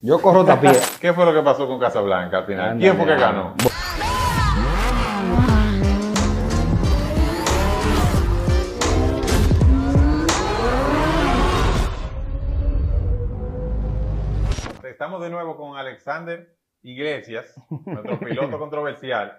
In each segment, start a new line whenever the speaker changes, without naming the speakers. Yo corro tapié.
¿Qué fue lo que pasó con Casablanca al final? ¿Quién fue que ganó? Estamos de nuevo con Alexander Iglesias, nuestro piloto controversial,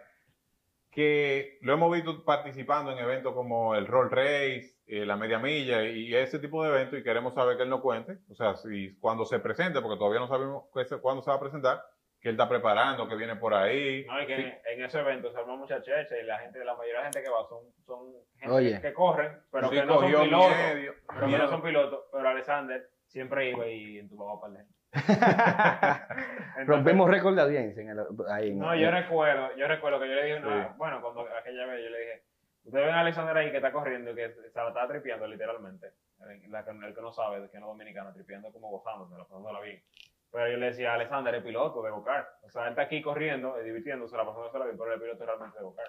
que lo hemos visto participando en eventos como el Roll Race, eh, la media milla y ese tipo de eventos y queremos saber que él nos cuente, o sea, si cuando se presente, porque todavía no sabemos qué se- cuándo se va a presentar, que él está preparando, que viene por ahí.
No, y que en, en ese evento se armó mucha checha y la gente, la mayoría de gente que va son, son gente
Oye.
que corren, pero
Sí,
que no son
cogió
pilotos.
medio,
Pero que no son pilotos, pero Alexander siempre iba y entubaba para la gente. Entonces,
Rompimos récord de audiencia en el, ahí. en-
No, yo recuerdo, yo recuerdo que yo le dije, una-
Sí.
bueno, cuando aquella vez yo le dije, ustedes ven a Alexander ahí que está corriendo, que se la está tripeando literalmente. El, la que- el que no sabe, que no es dominicano, tripeando como gozando, la pasándola bien. Pero yo le decía, Alexander es piloto de Bocar. O sea, él está aquí corriendo, eh, divirtiéndose, la pasándosela bien, pero el piloto es realmente de Bocar.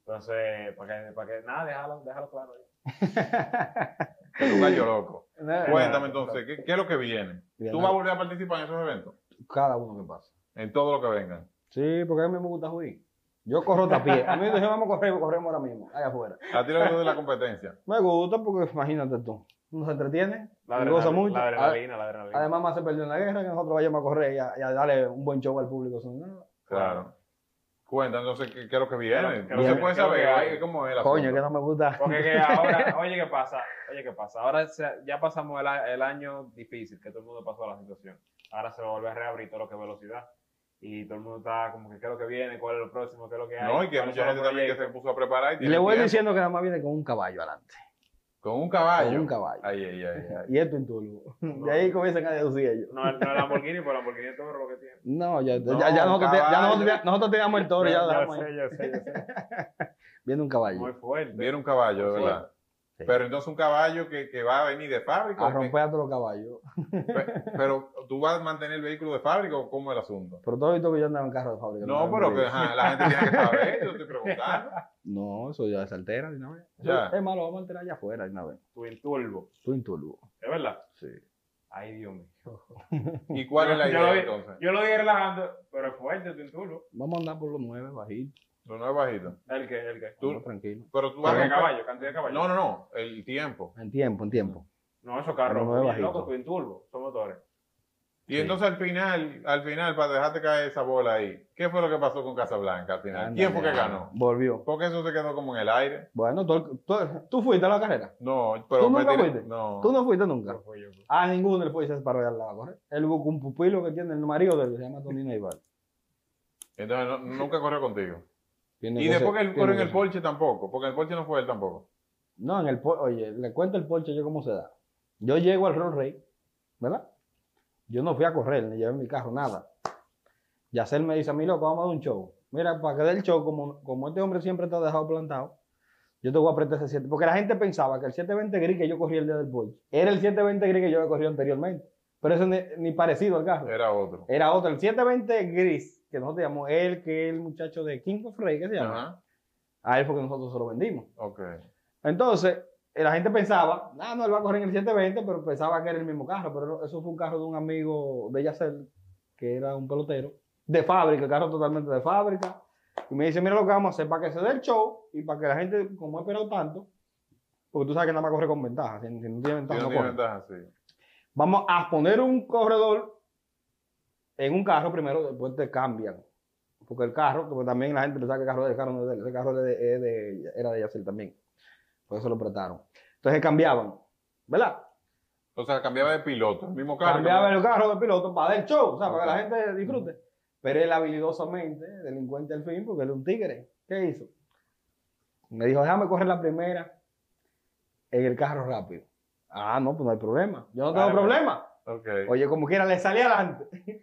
Entonces, para que, para que, nada, déjalo, déjalo claro. ahí.
un gallo loco.
No,
Cuéntame
no,
entonces, ¿qué, qué es lo que viene?
Bien,
¿Tú vas a volver a participar en esos eventos?
Cada uno que pasa.
En todo lo que vengan.
Sí, porque a mí me gusta jugar. Yo corro tapié. A mí me dicen, vamos a correr, corremos ahora mismo, allá afuera.
A ti lo que te gusta es la competencia.
Me gusta porque imagínate tú. Uno se entretiene,
La
y goza
adrenalina,
mucho.
la adrenalina, la adrenalina.
Además, más se perdió en la guerra que nosotros vayamos a correr y a, y a darle un buen show al público. sonoro.
Claro. Cuéntame entonces qué, qué es lo que viene.
Claro,
no se
claro,
puede
claro
saber
que hay.
ay, cómo es la
Coño, que no me gusta.
Porque que ahora, oye, ¿qué pasa? Oye, ¿qué pasa? Ahora se- ya pasamos el, a- el año difícil, que todo el mundo pasó a la situación. Ahora se vuelve a reabrir todo lo que es velocidad. Y todo el mundo está como que qué es lo que viene, cuál es lo próximo, qué es lo que hay.
No, y que hay
cuáles
mucha
son los
gente también que
proyectos.
se puso a preparar y
Y
tiene
le voy
tiempo.
diciendo que nada más viene con un caballo adelante.
Con un caballo.
Con un caballo.
Ay, ay, ay.
Y esto en Tulu. Y ahí comienzan a deducir ellos.
No, el, no el Lamborghini, pero el Lamborghini es todo lo que tiene.
No, ya,
No,
ya, ya nosotros, te- ya
caballo.
nosotros te- nosotros teníamos el toro, ya lo dejamos ahí.
sé, yo sé, yo sé.
Viendo un caballo.
Muy fuerte.
Viene un caballo, de
Sí.
verdad.
Sí.
Pero entonces un caballo que, que va a venir de fábrica.
A romper a todos los caballos.
Pe- Pero tú vas a mantener el vehículo de fábrica o cómo es el asunto.
Pero todo esto que yo andaba en carro de fábrica.
No,
andaba en
pero que,
Mercedes.
ajá, la gente tiene que saber, yo estoy preguntando.
No, eso ya se altera de una vez.
Ya.
Es malo, vamos a alterar allá afuera de una vez.
Twin Turbo.
Tú en Tulu.
¿Es verdad?
Sí.
Ay, Dios mío.
¿Y cuál es la
Yo lo
idea
vi-
entonces?
Yo lo dije relajando, pero es fuerte el Twin Turbo.
Vamos a andar por los nueve, bajito.
Lo nuevo bajito.
¿El que ¿El que
Tú-
vamos tranquilo.
Pero tú vas a
¿Cantidad de
romper-
caballo? ¿Cantidad de caballo?
No, no, no. El tiempo.
En tiempo, en tiempo.
No, esos carros.
Pero no es
oye,
bajito.
loco, Twin Turbo. Son motores.
Y
Sí.
entonces al final, al final, para dejarte caer esa bola ahí, ¿qué fue lo que pasó con Casablanca al final? ¿Quién fue que
Ándale,
ganó?
Volvió.
Porque eso se quedó como en el aire.
Bueno, tú, tú- tú fuiste a la carrera.
No, pero
¿Tú nunca
tiré-
fuiste?
No.
Tú no fuiste nunca.
Yo fui, yo fui.
A ninguno le fue y se paró allá la correr. Él buscó un pupilo que tiene el marido de él, que se llama Tonino Ibar.
Entonces no- nunca corrió contigo. Y después que él corrió en el Porsche tampoco, porque el Porsche no fue él tampoco.
No, en el Porsche, oye, le cuento el Porsche yo cómo se da. Yo llego al Roll Rey, ¿verdad? Yo no fui a correr, ni llevé mi carro, nada. Yacel me dice a mí, loco, vamos a dar un show. Mira, para que dé el show, como, como este hombre siempre está dejado plantado, yo te voy a apretar ese 7. Porque la gente pensaba que el 720 gris que yo corrí el día del Porsche era el 720 gris que yo había corrido anteriormente. Pero eso ni, ni parecido al carro.
Era otro.
Era otro, el 720 gris, que nosotros llamamos él, que es el muchacho de King of Ray, que se llama.
Ajá.
A él porque nosotros se lo vendimos.
Ok.
Entonces, eh, la gente pensaba, ah, no, él va a correr en el 720, pero pensaba que era el mismo carro, pero eso fue un carro de un amigo de Yacel, que era un pelotero, de fábrica, el carro totalmente de fábrica. Y me dice, mira lo que vamos a hacer para que se dé el show y para que la gente, como ha esperado tanto, porque tú sabes que nada más corre con ventaja, si, si no tiene ventaja,
Tiene
no
una
corre.
ventaja, sí.
Vamos a poner un corredor en un carro primero, después te cambian. Porque el carro, porque también la gente pensaba que el carro del carro no es de él, ese carro era de, es de- era de Yacel también. Por eso lo prestaron. Entonces cambiaban, ¿verdad?
O sea, cambiaba de piloto, el mismo carro.
Cambiaba el carro de piloto para dar el show, o sea, para que
Ok.
la gente disfrute. Pero él habilidosamente, delincuente al fin, porque él es un tigre. ¿Qué hizo? Me dijo, déjame correr la primera en el carro rápido. Ah, no, pues no hay problema. Yo no tengo
Claro,
problema.
Ok.
Oye, como quiera, le salía adelante.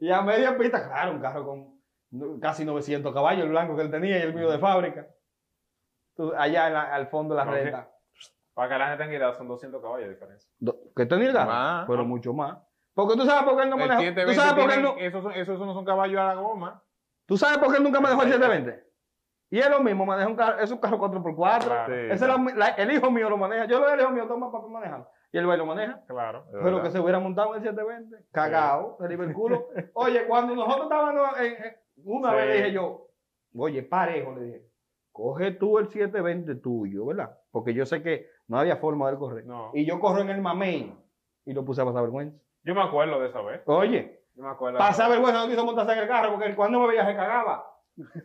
Y a media pista, claro, un carro con no- casi 900 caballos, el blanco que él tenía y el mío de fábrica. Tú, allá en la- al fondo de la
Ok.
recta.
Para que la gente tenga idea, son 200 caballos de diferencia.
Do- ¿Qué tenía el carro?
Más.
Pero mucho más. Porque tú sabes por qué él no
El
maneja. Pues, ¿Tú
720
sabes, por qué él
tienen-
no-
esos, son- esos no son caballos a la goma.
tú sabes por qué él nunca manejó el
Sí.
720. Y es lo mismo, maneja un carro, es un carro 4x4.
Claro.
Sí.
Ese es la- la- el hijo mío lo maneja. Yo lo el hijo mío toma para manejar. Y el güey lo maneja.
Claro.
es
Pero
verdad.
que se hubiera montado en el 720, cagado, se le iba el culo. Oye, cuando nosotros estábamos en. en- una
Sí.
vez le dije yo, oye, parejo, le dije, coge tú el 720 tuyo, ¿verdad? Porque yo sé que no había forma de él correr.
No.
Y yo corro en el mamey y lo puse a pasar vergüenza.
Yo me acuerdo de esa vez.
Oye.
Yo me acuerdo.
Pasaba vergüenza, no quiso montarse en el carro porque cuando me veía se cagaba.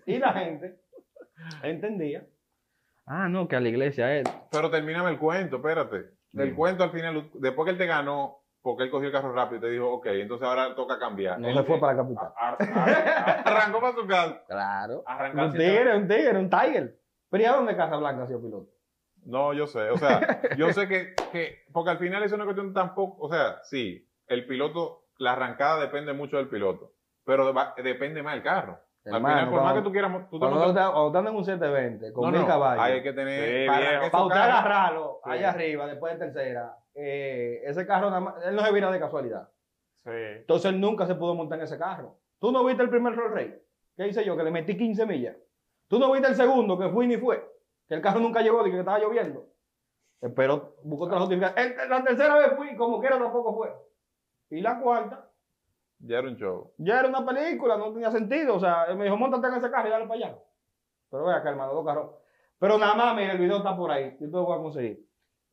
Y la gente entendía. Ah, no, que a la iglesia es.
Pero termíname el cuento, espérate. El
Mm.
cuento al final, después que él te ganó, porque él cogió el carro rápido, te dijo, ok, entonces ahora toca cambiar.
No
Él
se fue
te-
para la capital.
Ar- ar-
Arrancó para su casa.
Claro.
Arrancar
Un
siete-
tigre, un tigre, un tiger. Pero ¿y a dónde Casablanca ha sido piloto?
No, yo sé, o sea, yo sé que, que, porque al final es una cuestión tampoco, o sea, sí, el piloto, la arrancada depende mucho del piloto, pero va- depende más del carro. al
Hermano,
final, por más
cuando-
que tú quieras, mo- tú te
Cuando
montas-
estás- cuando estás en un 720 con
No,
mil
no,
caballos,
Hay que tener,
Sí,
para
viejo.
que esos
para usted
carros-
agarrarlo
Sí.
allá arriba, después de tercera, eh, ese carro, nada más- él no se vira de casualidad.
Sí.
Entonces él nunca se pudo montar en ese carro. ¿Tú no viste el primer Rolls Rey? ¿Qué hice yo? Que le metí 15 millas. ¿Tú no viste el segundo? Que fui ni fue. Que el carro nunca llegó, de que estaba lloviendo. Eh, Pero buscó otra justificación. Eh, La tercera vez fui, como quiera tampoco fue. Y la cuarta,
ya era un show.
ya era una película, no tenía sentido. O sea, él me dijo, montate en ese carro y dale para allá. Pero vea acá, hermano, dos carros. Pero nada más, mira, el video está por ahí. Yo te lo voy a conseguir.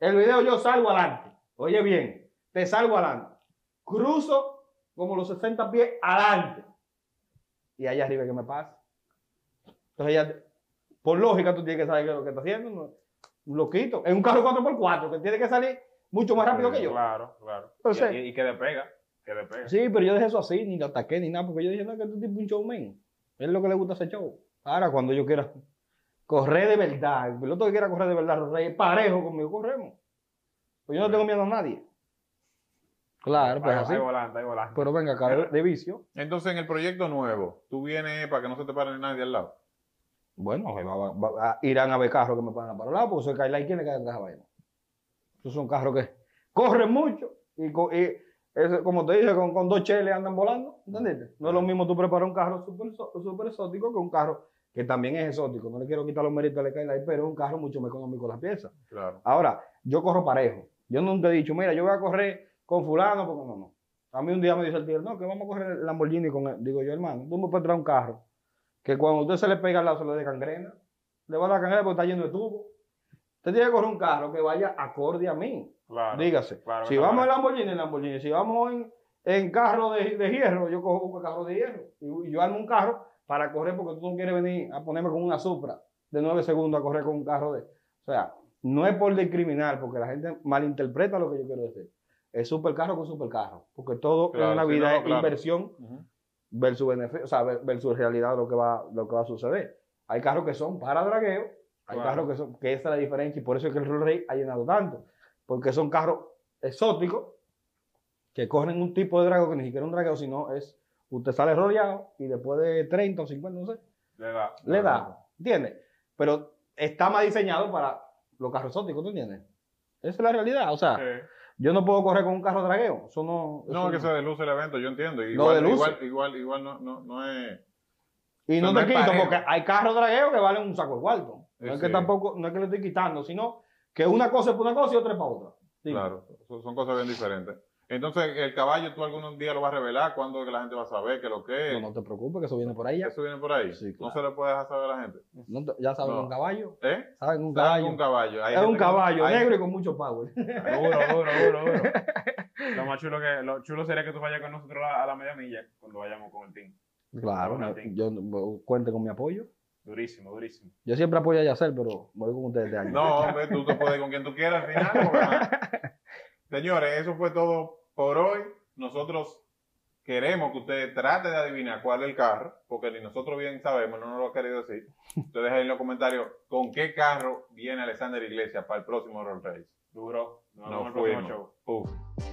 El video yo salgo adelante. Oye bien, te salgo adelante. Cruzo como los 60 pies adelante. Y allá arriba que me pasa. Entonces ya, te- por lógica, tú tienes que saber qué es lo que está haciendo. ¿no? Un loquito. En un carro 4x4 que tiene que salir mucho más rápido que yo.
Claro, claro.
Entonces-
Y, y- y que le pega. Que le pega.
Sí, pero yo dejé eso así, ni lo ataqué ni nada, porque yo dije, no, que este tipo es un showman. Es lo que le gusta hacer show. Ahora, cuando yo quiera correr de verdad, el piloto que quiera correr de verdad, los reyes parejo conmigo, corremos. Pues yo no tengo miedo a nadie. Claro, pues
Hay-
así.
hay volante, hay volante.
Pero venga, acá de- de vicio.
Entonces, en el proyecto nuevo, tú vienes eh, para que no se te pare nadie al lado.
Bueno, va- va- va- a- irán a ver carros que me pagan para lado, porque soy Kaila y quién le cae detrás a vaina. Esos son carros que corren mucho y, co- y eso, como te dije, con, con dos cheles andan volando, ¿entendiste? No es lo mismo tú preparar un carro súper exó- súper exótico que un carro que también es exótico. No le quiero quitar los méritos a la Skyline, pero es un carro mucho más económico las piezas.
Claro.
Ahora, yo corro parejo. Yo nunca he dicho, mira, yo voy a correr con fulano, porque no, no. A mí un día me dice el tío, no, que vamos a correr el Lamborghini con él. Digo yo, hermano, tú me puedes traer un carro que cuando usted se le pega al lado se le dé cangrena. Le va a dar cangrena porque está lleno de tubo. Usted tiene que correr un carro que vaya acorde a mí.
Claro.
Dígase,
claro,
si
claro.
vamos en Lamborghini, en Lamborghini. Si vamos en, en carro de, de hierro, yo cojo un carro de hierro. Y, y yo armo un carro para correr porque tú no quieres venir a ponerme con una Supra de nueve segundos a correr con un carro de... O sea, no es por discriminar, porque la gente malinterpreta lo que yo quiero decir. Es supercarro con supercarro, porque todo
Claro,
en la
si
vida
no,
es
claro.
inversión
Ujú.
versus beneficio, o sea, ver- versus realidad lo que va, lo que va a suceder. Hay carros que son para dragueo, hay
Claro.
carros que son, que esa es la diferencia, y por eso es que el Rolls Rey ha llenado tanto, porque son carros exóticos que corren un tipo de drago que ni siquiera es un dragueo, sino es, usted sale rodeado y después de 30 o 50, no sé,
Le da.
le da, ¿entiendes? Pero está más diseñado para los carros exóticos, ¿tú entiendes? Esa es la realidad, o sea,
Sí.
yo no puedo correr con un carro dragueo, eso no... eso
No, que se desluce el evento, yo entiendo.
No
Igual,
desluce.
igual, igual, igual no, no, no es.
Y
Pero
no
no
te
es
quito,
parejo.
porque hay carros dragueos que valen un saco de cuarto. No
Eh,
es que
sí.
tampoco, no es que le estoy quitando, sino que una cosa es para una cosa y otra es para otra. Sí.
Claro, son, son cosas bien diferentes. Entonces, el caballo tú algún día lo vas a revelar, cuándo que la gente va a saber que lo que
No,
es.
no te preocupes, que eso viene por ahí ya.
Eso viene por ahí.
Sí,
No
claro.
se le puede dejar saber a la gente.
No te- ya saben
No.
un caballo,
¿Eh?
saben
Saben que
un caballo.
Un caballo. Hay
es un
gente que-
caballo
hay-
negro y con mucho power.
Duro, duro, duro, duro. Lo más chulo que lo chulo sería que tú vayas con nosotros a, a la media milla cuando vayamos con el team.
Claro,
Ahora
no,
sí.
yo, no- cuente con mi apoyo.
Durísimo, durísimo.
Yo siempre apoyo a Yacer, pero voy con ustedes de año.
No, hombre, tú te puedes ir con quien tú quieras al final. porque, ajá. Señores, eso fue todo por hoy. Nosotros queremos que usted trate de adivinar cuál es el carro, porque ni nosotros bien sabemos, no nos lo ha querido decir. Usted deja ahí en los comentarios con qué carro viene Alexander Iglesias para el próximo Roll Race.
Duro.
Nos
Nos vemos en el próximo
fuimos.
show.
Uf.